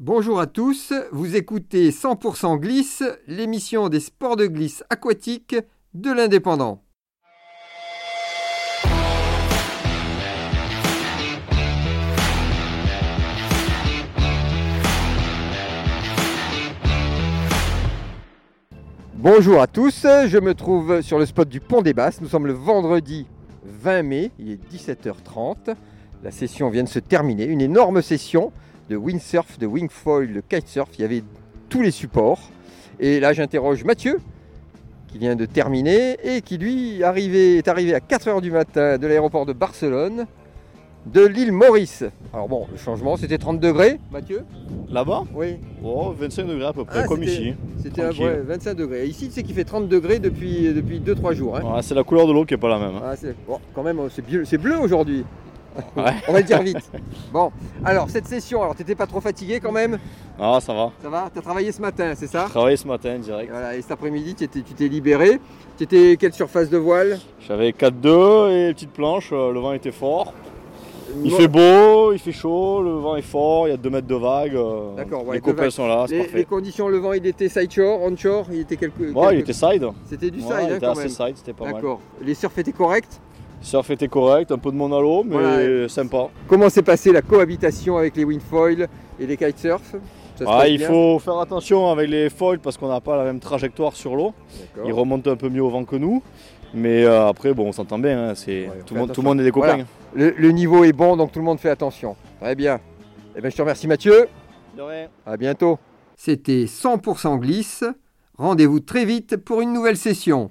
Bonjour à tous, vous écoutez 100% Glisse, l'émission des sports de glisse aquatique de l'Indépendant. Bonjour à tous, je me trouve sur le spot du Pont des Basses. Nous sommes le vendredi 20 mai, il est 17h30. La session vient de se terminer, une énorme session de windsurf, de wingfoil, de kitesurf. Il y avait tous les supports. Et là, j'interroge Mathieu, qui vient de terminer et qui, lui, arrivé- est arrivé à 4h du matin de l'aéroport de Barcelone, de l'île Maurice. Alors bon, le changement, c'était 30 degrés, Mathieu Là-bas? Oui. Oh, 25 degrés à peu près, Ah, comme c'était- ici. C'était un- Tranquille. ouais, 25 degrés. Ici, c'est qu'il fait 30 degrés depuis, depuis 2-3 jours. hein. Ouais, c'est la couleur de l'eau qui est pas la même. hein. Ah, c'est- bon, quand même, c'est bleu, c'est bleu aujourd'hui. Ouais. On va le dire vite. Bon, alors cette session, alors t'étais pas trop fatigué quand même Ah, ça va. Ça va T'as travaillé ce matin, c'est ça Travaillé ce matin direct. Voilà, et cet après-midi, tu étais- tu t'es libéré. Tu étais quelle surface de voile J'avais 4-2 et petite planche, euh, le vent était fort. Il Non, fait beau, il fait chaud, le vent est fort, il y a 2 mètres de vague. euh, D'accord, ouais, Les deux copains vagues. sont là, c'est les, les parfait. conditions, le vent, il était sideshore, onshore, il était quelque. Ouais, il quelque- était side. C'était du side Ouais, il hein, était quand assez même. side, c'était pas mal. D'accord. Les surfs étaient corrects. Surf était correct, un peu de monde à l'eau, mais Voilà. sympa. Comment s'est passée la cohabitation avec les windfoils et les kitesurfs Ça se passe Ah, il bien faut faire attention avec les foils parce qu'on n'a pas la même trajectoire sur l'eau. D'accord. Ils remontent un peu mieux au vent que nous. Mais euh, après, bon, on s'entend bien, hein, c'est... Ouais, on fait tout, le monde, tout attention. le monde est des copains. hein. Voilà. Le, le niveau est bon, donc tout le monde fait attention. Très bien. Eh bien, je te remercie, Mathieu. De rien. À bientôt. C'était 100% glisse. Rendez-vous très vite pour une nouvelle session.